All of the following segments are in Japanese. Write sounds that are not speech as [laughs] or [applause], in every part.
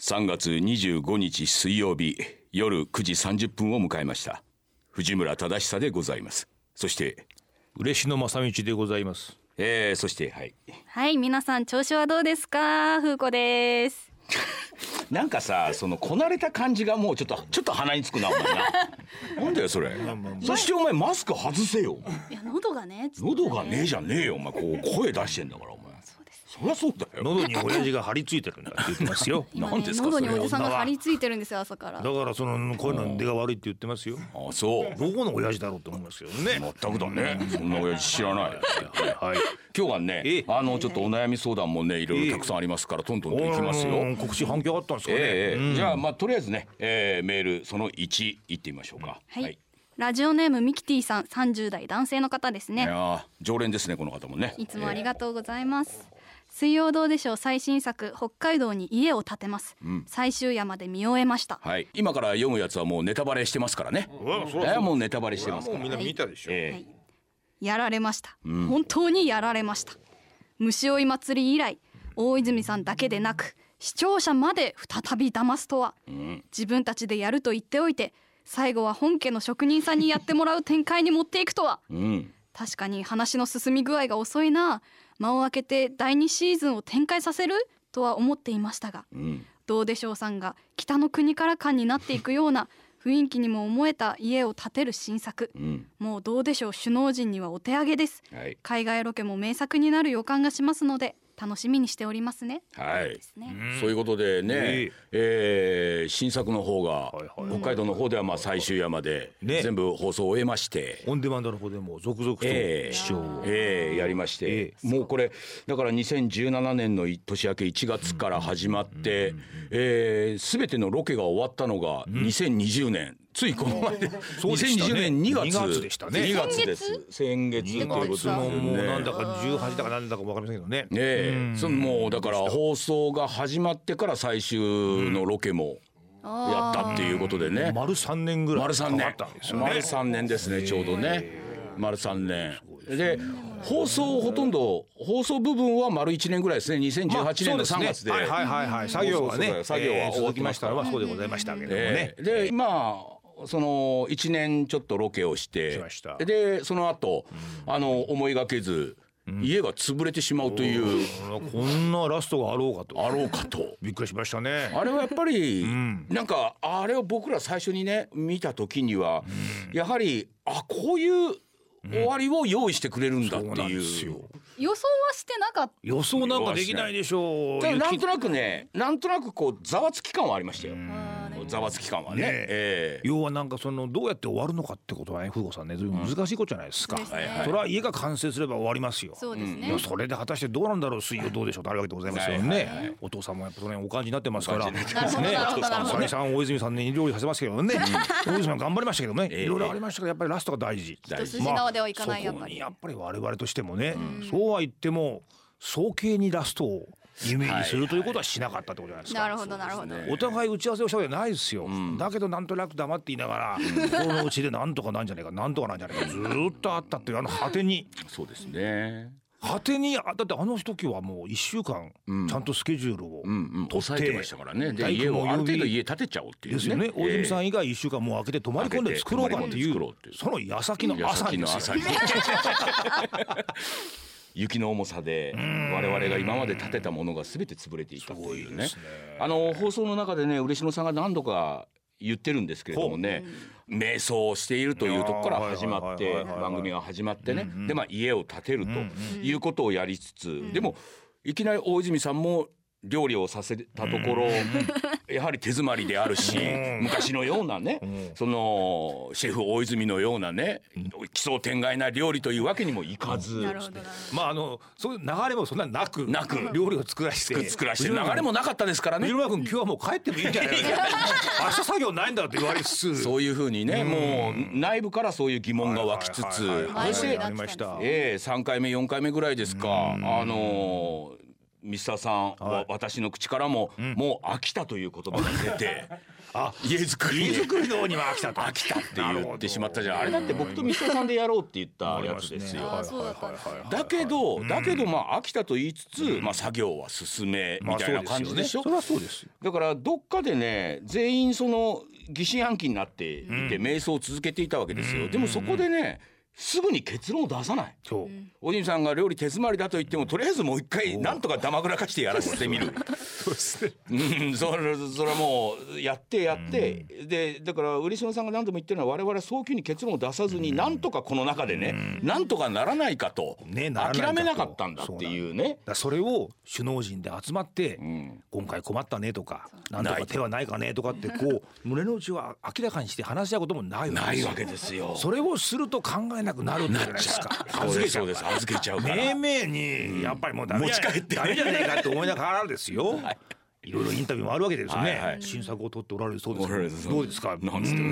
3月25日水曜日夜9時30分を迎えました藤村忠久でございますそして嬉野正道でございますえー、そしてはいはい皆さん調子はどうですか風子ですなんかさそのこなれた感じがもうちょっとちょっと鼻につくなお [laughs] 前ななんだよそれそしてお前マスク外せよいや喉がねちょっと喉がねえじゃねえよお前こう声出してんだからお前そりゃそうだよ喉に親父が張り付いてるんだって言ってま [laughs] すよだ今何ねですか喉にそれおじさんが女は張り付いてるんですよ朝からからその声の出が悪いって言ってますよあそうどこの親父だろうと思いますよね全くだねそんな親父知ら [laughs] ないはい今日はえねえあのちょっとお悩み相談もねいろいええろたくさんありますからトントンといきますよあの告知反響あったんですかね、ええええうんじゃあまあとりあえずね、えー、メールその1いってみましょうか、はい、ラジオネームミキティさん30代男性の方ですいねやー常連ですねこの方もねいつもありがとうございます。水曜どうでしょう最新作北海道に家を建てます、最終夜まで見終えましたはい今から読むやつはもうネタバレしてますからね、うわそえりゃーそうもうネタバレしてますもからうみんな見たでしょ、ええはいやられました、本当にやられました虫追い祭り以来大泉さんだけでなく視聴者まで再び騙すとは、自分たちでやると言っておいて最後は本家の職人さんにやってもらう展開に持っていくとはうん確かに話の進み具合が遅いな間を空けて第2シーズンを展開させるとは思っていましたがうんどうでしょうさんが北の国から感になっていくような雰囲気にも思えた家を建てる新作うんもうどうでしょう首脳陣にはお手上げですはい海外ロケも名作になる予感がしますので楽しみにしておりますねはいですねそういうことでね、えええー新作の方が、はいはい北海道の方ではまあ最終夜までね全部放送を終えまして、オンデマンドの方でも続々とええ視聴を、ええやりまして、えもうこれだから2017年のい年明け1月から始まって、ええ全てのロケが終わったのが2020年、ついこの前で [laughs] そうでしたね2020年2月2月でしたね2月です先月ということですそねのもうなんだか18だかなんだかもわかりませんけどねねえそのもうだから放送が始まってから最終のロケもやったっていうことでね、丸三年ぐらい丸三年かかったんですよね丸三年ですねちょうどね丸三年で放送ほとんど放送部分は丸一年ぐらいですね2018年のそ3うすね月ではいはいはいはい作業はそうそうそねう作業はえ終わっー続てきまますしかたらのはそうでございましたけれどもねええでまあその一年ちょっとロケをしてしましたでその後あの思いがけず家が潰れてしまうというこんなラストがあろうかとあろうかと。びっくりしましたねあれはやっぱり、なんかあれを僕ら最初にね見た時には、やはりあこういう終わりを用意してくれるんだってそうなんいですう。よ予想はしてなかっ予想なんかできないでしょうただなん雪となくねなんとなくこうざわつき感はありましたよたねざわつき感はねねええ要はなんかそのどうやって終わるのかってことはね風子さんねずいぶん難しいことじゃないですか、そうですねそれは家が完成すれば終わりますよそうですいねやそれで果たしてどうなんだろう水曜どうでしょうとあるわけでございますよね、はいはいはいお父さんもやっぱその辺お感じになってますからねなるほどなるほどなるほど再三大泉さんに料理させますけどね大泉さん頑張りましたけどねいろいろありましたけどやっぱりラストが大事大事まあ一筋縄ではいかないそこやっぱりにやっぱり我々としてもねそうは言っても早計にラストをイメージするということはしなかったってことじゃないですか、なるほどなるほど、お互い打ち合わせをしたわけじゃないですよ、だけどなんとなく黙って言いながら心の内でなんとかなんじゃないかなんとかなんじゃないかずーっとあったっていうあの果てにそうですね果てにあだってあの時はもう1週間ちゃんとスケジュールを、うんうん抑えてましたからねで大工家もをある程度呼び家建てちゃおうっていうですよね、大泉さんん以外1週間もう開けて泊まり込んで作ろうかっていう泊まり込んで作ろうっていうその矢先の朝にですよ朝に [laughs] 雪の重さで我々が今まで建てたものが全て潰れていたというねあの放送の中でね嬉野さんが何度か言ってるんですけれどもね瞑想をしているというとこから始まっいやーてはいはいはいはい番組が始まってねでまあ家を建てるということをやりつつでもいきなり大泉さんも料理をさせたところやはり手詰まりであるし昔のようなねそのシェフ大泉のようなね奇想天外な料理というわけにもいかずなるほどなるまああのそういう流れもそんななくなく料理を作らして作らして流れもなかったですからね昼間君今日はもう帰ってもいいんじゃないか [laughs] 明日作業ないんだって言われつつそういうふうにね、もう内部からそういう疑問が湧きつはいはいつはそしいはいてありましたええ3回目4回目ぐらいですかあのーミスターさんは、はい私の口からも、もう飽きたという言葉が出 [laughs] てあ家づくり家にづくりの方には飽きたと飽きたって言ってしまったじゃんあなれるだほどって僕とミスターさんでやろうって言ったやつですよあーそうだったんですねだけど、だけどまあ飽きたと言いつつ、まあ作業は進めみたいな感じでしょ、まあそうですよねだからどっかでね全員その疑心暗鬼になっていて、瞑想を続けていたわけですよ、でもそこでねすぐに結論を出さないそりゃそうですよ。おじいさんが料理手詰まりだと言ってもとりあえずもう一回なんとかだまぐらかしてやらせてみ [laughs] るそうですね。うん、それそれはもうやってやって、でだから売島さんが何度も言ってるのは我々早急に結論を出さずに、なんとかこの中でね、なんとかならないかと、ねならないかと諦めなかったんだっていうね。だからそれを首脳陣で集まって、ん今回困ったねとかなんとか手はないかねとかって [laughs] こう胸の内は明らかにして話し合うこともないわけなですいよわけですよ。それをすると考えなくなるんじゃないです [laughs] かそうですそうです預けちゃうから。めいめいにやっぱりもうダメじゃ持ち帰ってねダメじゃねえかって思いながらですよ、いろいろインタビューもあるわけですよね、はいはい新作を取っておられるそうでおられるすけそどうどうですかなんですけど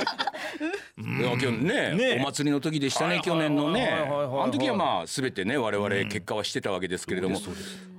いや去年ねねお祭りの時でしたね、はい去年のね、はいはいはいはいあの時はまあ全てね我々結果はしてたわけですけれども、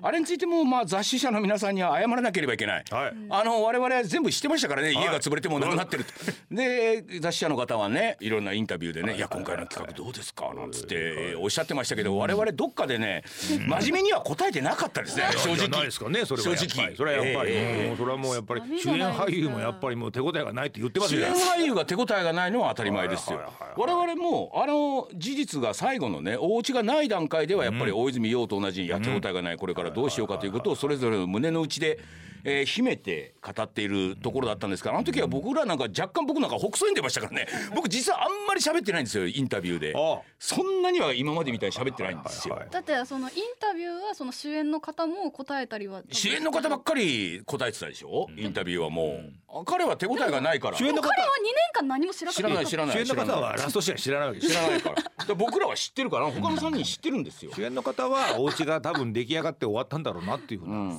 あれについてもまあ雑誌社の皆さんには謝らなければいけない、はいあの我々は全部知ってましたからね、い家が潰れてもうなくなってると、で雑誌社の方はねいろんなインタビューでね「いや今回の企画どうですか?」なんつっておっしゃってましたけど我々どっかでね真面目には答えてなかったですねいや正じゃない直ですかねそれはやっぱり正直それはやっぱり、ええうんそれはもうやっぱりダメじ主ゃない演ですか俳優もやっぱりもう手応えがないって言ってます主よ演俳優が手応えがないのは当たり前ですよはいはいはい。我々もあの事実が最後のねお家がない段階ではやっぱり大泉洋と同じにいや手応えがないこれからどうしようかということをそれぞれの胸の内で。えー秘めて語っているところだったんですがあの時は僕らなんか若干僕なんか北斎に出ましたから [laughs] ね僕実はあんまり喋ってないんですよインタビューでああそんなには今までみたいに喋ってないんですよはいはいだってそのインタビューはその主演の方も答えたりは主演の方ばっかり答えてたでしょインタビューはもうあ彼は手応えがないから主演の方彼は2年間何も知らな知かっらたない知らない主演の知ら方ないはラストシーン知らないわけです知らないから。だから僕らは知ってるから、他の3人知ってるんですよ。主演の方はお家が多分出来上がって終わったんだろうなっていうふうな、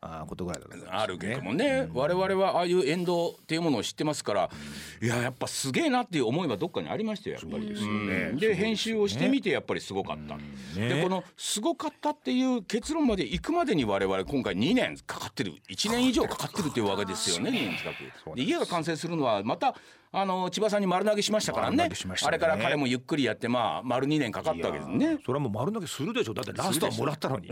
あーことぐらいだと思いますあるけどもね、我々はああいうエンドっていうものを知ってますから、いややっぱすげえなっていう思いはどっかにありましたよやっぱりですよね。で編集をしてみてやっぱりすごかった。ねでこのすごかったっていう結論まで行くまでに我々今回2年かかってる1年以上かかってるというわけですよね2年近そうく。でです家が完成するのはまたあの千葉さんに丸投げしましたから丸ね投げしましたねあれから彼もゆっくりやってまあ丸2年かかったわけですね。それはもう丸投げするでしょだってラストはもらったのに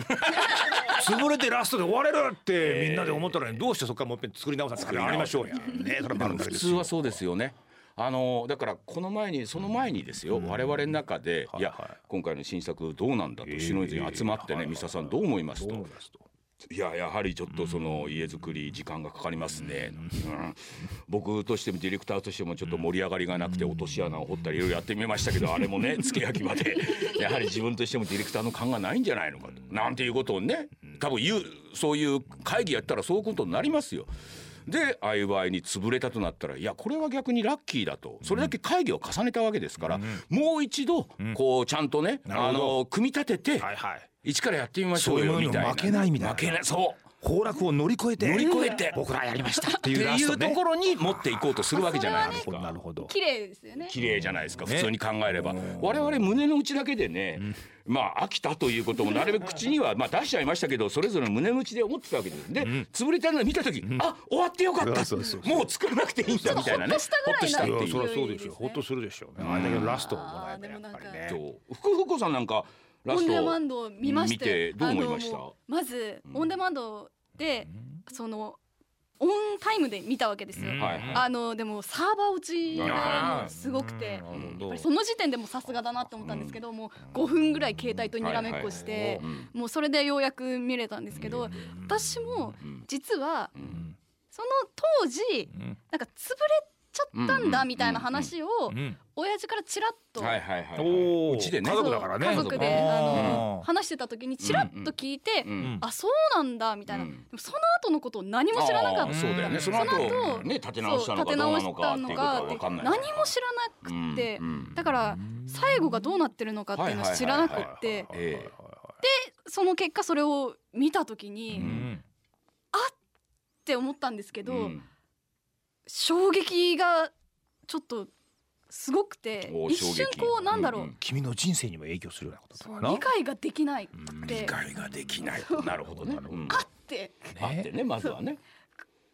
潰れてラストで終われるってみんなで思ったのにどうしてそこからもう一遍作り直さなきゃありましょうやねそれは丸投げ普です通よはそうですよね。あのだからこの前にその前にですよ、我々の中で、い、や、今回の新作どうなんだと篠井陣集まってね、三沢さんどう思いますと、そうですといややはりちょっとその家づくり時間がかかりますね、うん僕としてもディレクターとしてもちょっと盛り上がりがなくて落とし穴を掘ったりいろいろやってみましたけどあれも [laughs] ね付け焼きまでやはり自分としてもディレクターの感がないんじゃないのかとなんていうことをね多分言うそういう会議やったらそういうことになりますよ。でああいう場合に潰れたとなったらいやこれは逆にラッキーだとそれだけ会議を重ねたわけですから、もう一度こうちゃんとね、なるほあどの組み立てて、はいはい一からやってみましょうよそういうものにみたいな負けないみたいな負けないそう崩落を乗り越えて乗り越えて僕らやりましたってっいてうラいストうとねころに持っていこうとするわけじゃないですこれなかるほど綺麗ですよね綺麗じゃないですかね普通に考えれば我々胸の内だけでねまあ飽きたという [laughs] こともなるべく口にはまあ出しちゃいましたけどそれぞれの胸の内で思ってたわけですで潰れたのを見た時あ終わってよかったそうそうそうもう作らなくていいんだみたいなねほっとしたぐらいないやほっとそしりたってゃそううでしょほっとするでしょうねあれだけラストをもらえてあーやっぱりでもなんいねかうそう福福子さんなんかラオスンデトマンドを見ましたよ見てどう思いましたあのもうまずオンデマンドで、そのオンタイムで見たわけですよ、うんはいはいあのでもサーバー落ちがもうすごくて、なるほやっどぱりその時点でもさすがだなって思ったんですけど、もう5分ぐらい携帯とにらめっこして、はいはいうんもうそれでようやく見れたんですけど、私も実はうんその当時んなんか潰れちゃったんだみたいな話をん親父からちらっとはいはいはいおはいーうちでね家族だからねそう家族でああーの話してた時にちらっと聞いて、うんあそうなんだみたいな、うんでもその後のことを何も知らなかったあーそうだよねその後ね立て直したのかどうなのかっていうことは分かんない何も知らなくて、うんうんだから最後がどうなってるのかっていうのは知らなくって、はいはいえその結果それを見た時に、うっんて思ったんですけえど、うん衝撃がちょっとすごくておー一瞬衝撃こうなんだろう、うんうん君の人生にも影響するようなことだそかうらな理解ができないうんであ害ができないなるほどね、うんあってあってねまずはね、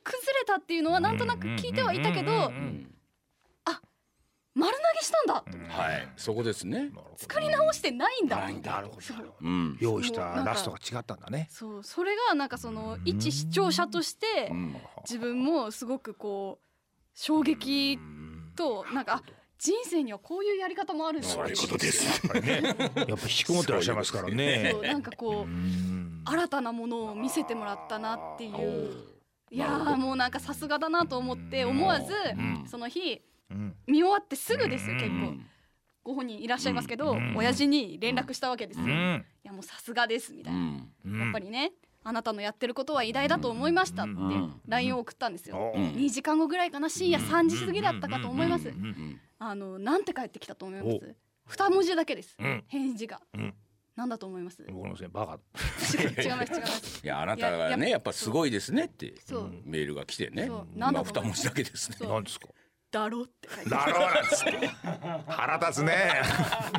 崩れたっていうのはなんとなく聞いてはいたけどうんうんうんうんう、うん丸投げしたんだはいそこですね作り直してないんだないんだなるほどなるほどうん、用意したラストが違ったんだねそうそれがなんかその一視聴者としてうん、自分もすごくこう衝撃となんかあ人生にはこういうやり方もあるんだそういうことですやっぱりねやっぱ引きこもってらっしゃいますからねそうなんかこううん新たなものを見せてもらったなっていういやなるほどーもうなんかさすがだなと思って思わずうんその日うん見終わってすぐですうよん結う構んご本人いらっしゃいますけどうん親父に連絡したわけですよういんやもうさすがですみたういなんうんやっぱりねあなたのやってることは偉大だと思いましたってうん LINE を送ったんですよおうん2時間後ぐらいかな深夜3時過ぎだったかと思いまうすんうんうんううんんあのなんて返ってきたと思います二文字だけですうん返事がうんなんだと思い [laughs] ます違い僕のせいバカます違いますいやあなたがねやっぱすごいですねってそうメールが来てねそうまなんあだと二思文いま字すだけですねそうなんですかだろって書いてだろうなんつって腹立つね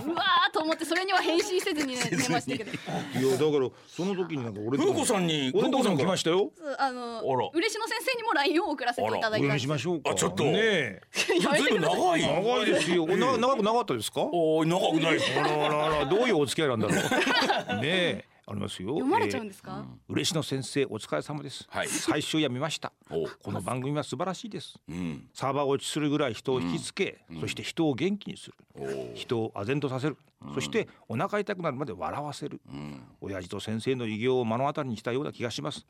うわーと思ってそれには返信せずにね [laughs] 寝ましたけどいやだからその時になんか俺風子さんに俺のとこにも来まししたよそうあのあら嬉野先生にも LINE を送らせていただ俺いたんにですしましょうかあちょっとねえたずいぶん長い長いですよこれな長くなかったですかおー長くないですあらあらあらどういうお付き合いなんだろ [laughs] うねえありますよ、読まれちゃうんですすかえー嬉野先生お疲れ様です、はい最終夜見ましたおこの番組は素晴らしいですうんサーバーを落ちするぐらい人を引きつけ、そして人を元気にする、おー人を唖然とさせる、そしてお腹痛くなるまで笑わせる、うん親父と先生の偉業を目の当たりにしたような気がします、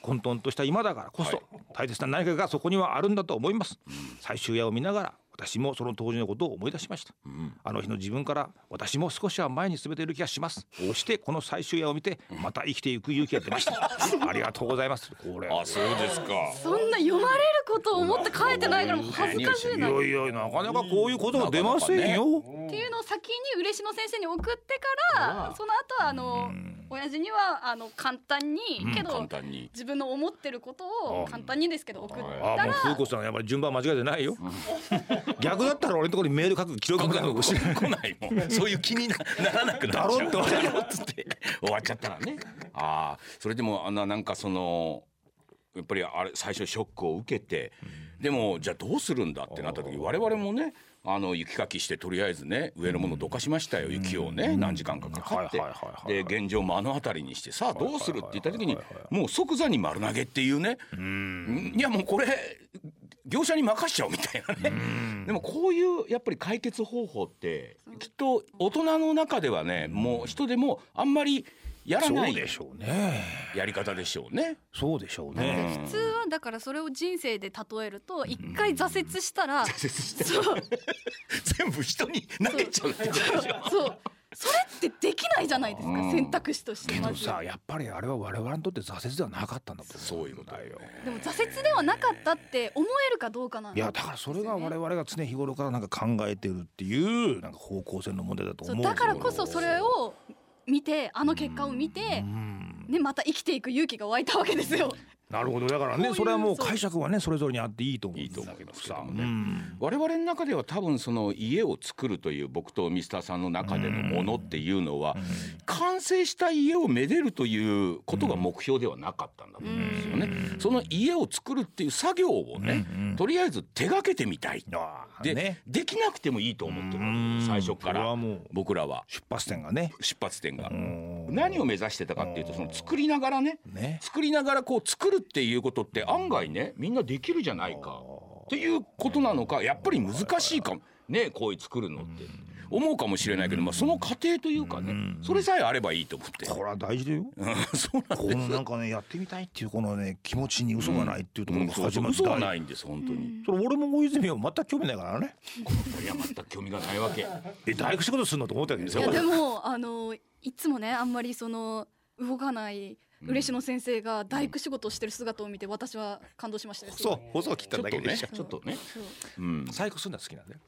混沌とした今だからこそ、大切な何かがそこにはあるんだと思います、最終夜を見ながら私もその当時のことを思い出しました、あの日の自分から私も少しは前に進めている気がしますそしてこの最終夜を見てまた生きていく勇気が出ましたありがとうございますこれあそうですかそんな読まれることを思って書いてないからもう恥ずかしいいなっやいやなかなかこういうことが出ませんよ、ていうのを先に嬉野先生に送ってからその後はあの親父にはあの簡単にけ簡ど単に自分の思ってることを簡単にですけど送っあたもう風ら子さんやっぱり順番間違えてないよ逆だったら俺のところにメール書く記録書くの来ないもんそういう気になならなくなっちゃうだろってだろっつって終わっちゃったらねああそれでもあのなんかそのやっぱりあれ最初ショックを受けてでもじゃあどうするんだってなった時我々もねあの雪かきしてとりあえずね上のものどかしましたよ雪をね何時間かかかってはいはいはいはでい現状目の当たりにしてさあどうするって言った時にはいはいはいもう即座に丸投げっていうねいやもうこれ業者に任しちゃおうみたいなねでもこういうやっぱり解決方法ってきっと大人の中ではねもう人でもあんまりやらそなういでしょうねやり方でしょうね。そうでしょうね普通はだからそれを人生で例えると一回挫折したらそう [laughs] 全部人に投げちゃうってことでしょ [laughs] そうそれってできないじゃないですか選択肢としてけまどずさやっぱりあれは我々にとって挫折ではなかったんだと思そういうことだよ。でも挫折ではなかったって思えるかどうかなんいやだからそれが我々が常日頃からなんか考えてるっていうなんか方向性の問題だとそ思ううんだですかよらこそそれを見てあの結果を見て、ね、また生きていく勇気が湧いたわけですよ。なるほどだからねこういうそれはもう解釈はねそれぞれにあっていいと思ういんいだと思けいどますけどさもうねん我々の中では多分その家を作るという僕とミスターさんの中でのものっていうのは完成した家をめでるということが目標ではなかったんだと思うんですよね。その家を作るっていう作業をねとりあえず手がけてみたい。ああで、ねできなくてもいいと思ってるわけです最初かそれらはもう僕らは出発点がね出発点が。ん何を目指してたかっていうとその作りながらねね作りながらこう作るっていうことって案外ねみんなできるじゃないかっていうことなのかやっぱり難しいかもねこういう作るのって思うかもしれないけど、まあ、その過程というかねそれさえあればいいと思って。これは大事だようん [laughs] そうなんこのなんかねやってみたいっていうこのね気持ちに嘘がないっていうところがそう始そうまっ嘘はたないんです本当に、それ俺も大泉は全く興味ないからねこの森は全く興味がないわけえ大工仕事するのと思ったわけですいよやでもあのいつもねあんまりその動かない嬉野先生が大工仕事をしてる姿を見て私は感動しましたよすごいそう細を切っちたょっだとけでねしょちょっとねそううん細工するのは好きなんだよ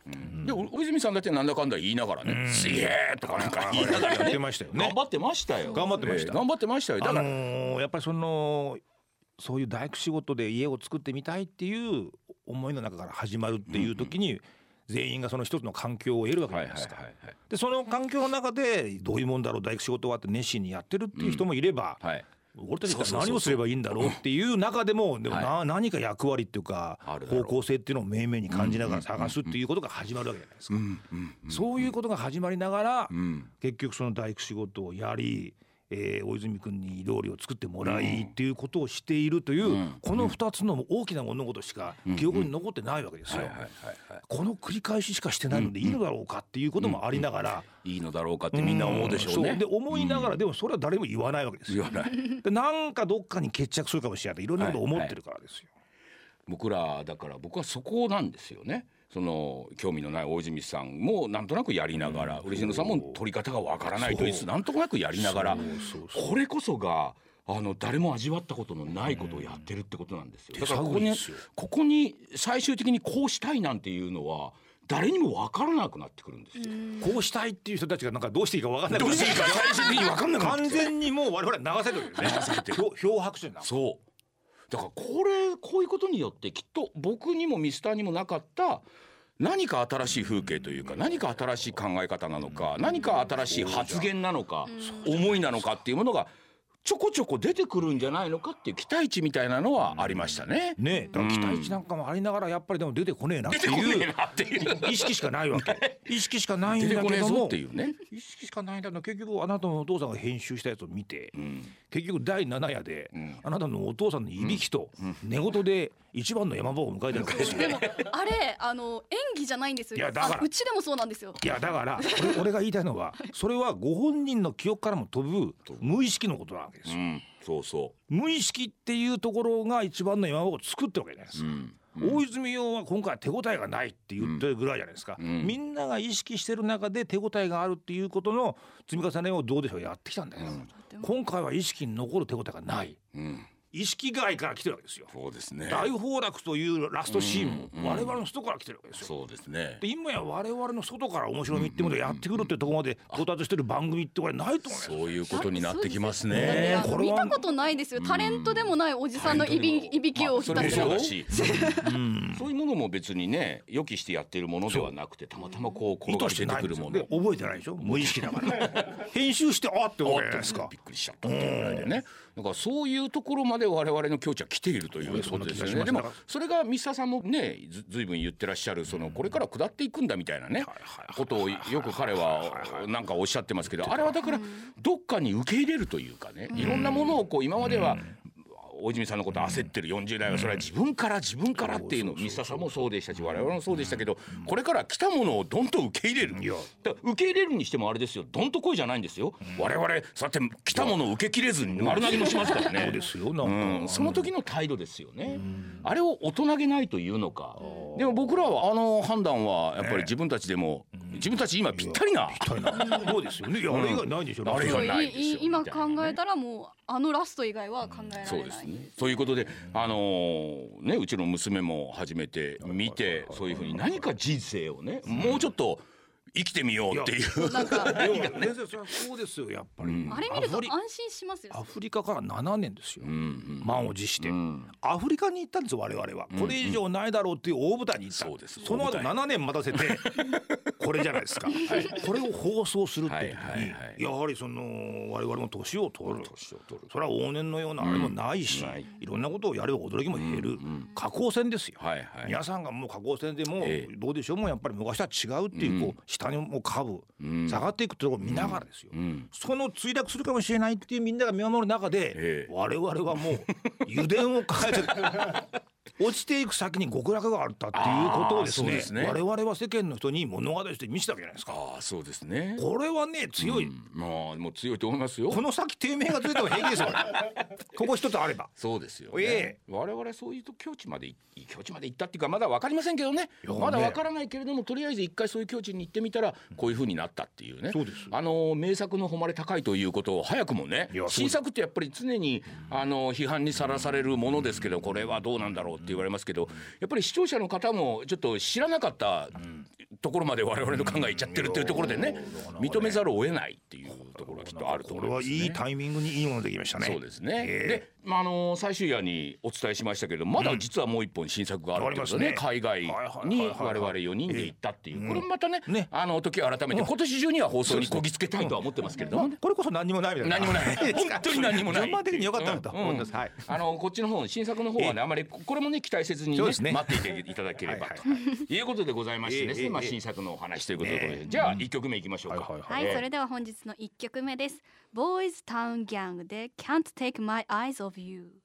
でお大泉さんだってなんだかんだ言いながらね「すげえ!」とかなんか言いながらやっねてましたよね頑張ってましたよ頑張ってましたええ頑張ってましたよあだのからーやっぱりそのそういう大工仕事で家を作ってみたいっていう思いの中から始まるっていう時に全員がその一つの環境を得るわけじゃないですか。でその環境の中でどういうもんだろう大工仕事はって熱心にやってるっていう人もいれば、はい俺たちが何をすればいいんだろうっていう中でもでもな何か役割っていうかあるだろ方う向性っていうのを明々に感じながら探すっていうことが始まるわけじゃないですか。そういうことが始まりながらん結局その大工仕事をやり、えー大泉君に料理を作ってもらいっていうことをしているというこの2つの大きな物事しか記憶に残ってないわけですよ。この繰り返ししかしてないのでいいのだろうかっていうこともありながら。いいのだろうかってみんな思うでしょうそねで。思いながらでもそれは誰も言わないわけですよ言。わないでなんかどっかに決着するかもしれないいろんなことを思ってるからですよ。僕らだから僕はそこなんですよね。その興味のない大泉さんもなんとなくやりながら、嬉野さんも取り方がわからないと言いつつなんとなくやりながらこれこそがあの誰も味わったことのないことをやってるってことなんですよ。だからここ手探りにですよここに最終的にこうしたいなんていうのは誰にもわからなくなってくるんですよ。こうしたいっていう人たちがなんかどうしていいか分かんない。どうしていいか最終的にわかんなくなって完全にもう我々は流せるわけですね。流されてる。漂白水な。そうだからこれこういうことによってきっと僕にもミスターにもなかった何か新しい風景というか何か新しい考え方なのか何か新しい発言なのか思いなのかっていうものがちょこちょこ出てくるんじゃないのかっていう期待値みたいなのはありましたね。ねえ、だから期待値なんかもありながらやっぱりでも出てこねえなって出てこねいえうなっていう意識しかないわ [laughs] け。意識しかないん出てだこねけえどぞもって。いうね。意識しかないんだけど結局あなたのお父さんが編集したやつを見て、ん結局第7夜で、んあなたのお父さんのいびきと寝言で一番の山場を迎えたわけです [laughs] よ。でもあれあの演技じゃないんですよいやだからあうちでもそうなんですよいやだから俺 [laughs] 俺が言いたいのはそれはご本人の記憶からも飛ぶ無意識のことなわうけですよ。ん、そうそ無意識っていうところが一番の山場を作ってるわけじゃないですう。うか。ん、大泉洋は今回は手応えがないって言ってるぐらいじゃないですか、んみんなが意識してる中で手応えがあるっていうことの積み重ねをどうでしょうやってきたんだよ、今回は意識に残る手応えがないうん、意識外から来てるわけですよそうですね。大崩落というラストシーンも我々の外から来てるわけですよ、そうですねで。今や我々の外から面白みってものをやってくるってところまで到達してる番組ってこれないと思うよそういうことになってきますだってねあ。のこれ見はたことないですよタレントでもないおじさんのいびいびきをひたすまらあそれもそうだしそういうものも別にね予期してやってるものではなくてたまたまこう意転が図しして出てないくんでるすもよので覚えてないでしょ無意識だから [laughs] 編集してあって思うじゃないですかびっくりしちゃったっていうぐらいでねだからそういうところまで我々の境地は来ているということですよねそんな気がしますでもそれがミスターさんもねずずいぶん言ってらっしゃるそのこれから下っていくんだみたいなねことをよく彼はなんかおっしゃってますけどあれはだからどっかに受け入れるというかねいろんなものをこう今までは大泉さんのこと焦ってる40代はそれは自分から自分からっていうのミスターさんもそうでしたし我々もそうでしたけどこれから来たものをどんと受け入れるいやだから受け入れるにしてもあれですよどんと来いじゃないんですよ我々さて来たものを受け切れずに丸投げもしますからそうねですよなんか、うん、その時の態度ですよね、あれを大人げないというのかでも僕らはあの判断はやっぱり自分たちでも、自分たち今ぴったりなみたいなそうですよねいやあれ以外ないでしょ、あれ以外そうないいですよい今み考たいなねえたらもうあのラスト以外は考えられないそうですね。ということで、あのーねうちの娘も初めて見てそういうふうに何か人生をね、もうちょっと生きてみようっていうな [laughs] んかいや先生それはそうですよやっぱり、あれ見るアと安フリ心しますよアフリカから7年ですよ、うん満を持して、んアフリカに行ったんですよ我々は、これ以上ないだろうっていう大舞台に行ったそうですその後大舞台7年待た [laughs] せてこれじゃないですか、これを放送するっていう時に、はいはいはいやはりその我々も年を取る年を取るそれは往年のようなあれもないし、ないい、ろんなことをやれば驚きも減る、下降線ですよ、はいはい皆さんがもう下降線でもええうどうでしょうもうやっぱり昔とは違うっていうこう下にもう株下がっていくってところを見ながらですよ、んその墜落するかもしれないっていうみんなが見守る中で、ええ我々 [laughs] はもう油田を変えて落ちていく先に極楽があったっていうことをですあーそうねですね我々は世間の人に物語として見せたわけじゃないですかああそうですねこれはね強い、まあもう強いと思いますよこの先低迷がついても平 [laughs] 気ですよここ一つあればそうですよ、えね。我々そういうと境地までいい境地まで行ったっていうかまだわかりませんけどね。いやまだねわからないけれどもとりあえず一回そういう境地に行ってみたらこういう風になったっていうね。そうですあの名作の誉れ高いということを早くもねいやそう。です新作ってやっぱり常にあの批判にさらされるものですけどこれはどうなんだろうって言われますけどやっぱり視聴者の方もちょっと知らなかったところまで我々の考えいっちゃってるっていうところでね認めざるを得ないっていうところがきっとあるとこ思れいはますね。いいタイミングにいいものできましたねそうですね。ええで、まああの最終夜にお伝えしましたけど、まだ実はもう一本新作があるってことでね、ありますね海外はいはいはいにはい我々4人で行ったっていう、これもまたね、ねあの時を改めて今年中には放送にこぎつけたいとは思ってますけれどもね。これこそ何にもないみた [laughs] いな何もない本当に何もない順番的に良かったなと思いまうす、んうんはいあのこっちの方新作の方はねあまりこれもね期待せずにねそうですね待っていていただければということでございましてですえねえまあええ新作のお話ということでございましてええじゃあ一曲目いきましょうはいかはいはい、それでは本日の一曲目です。ボーイズタウンギャングで Can't Take My Eyes of You。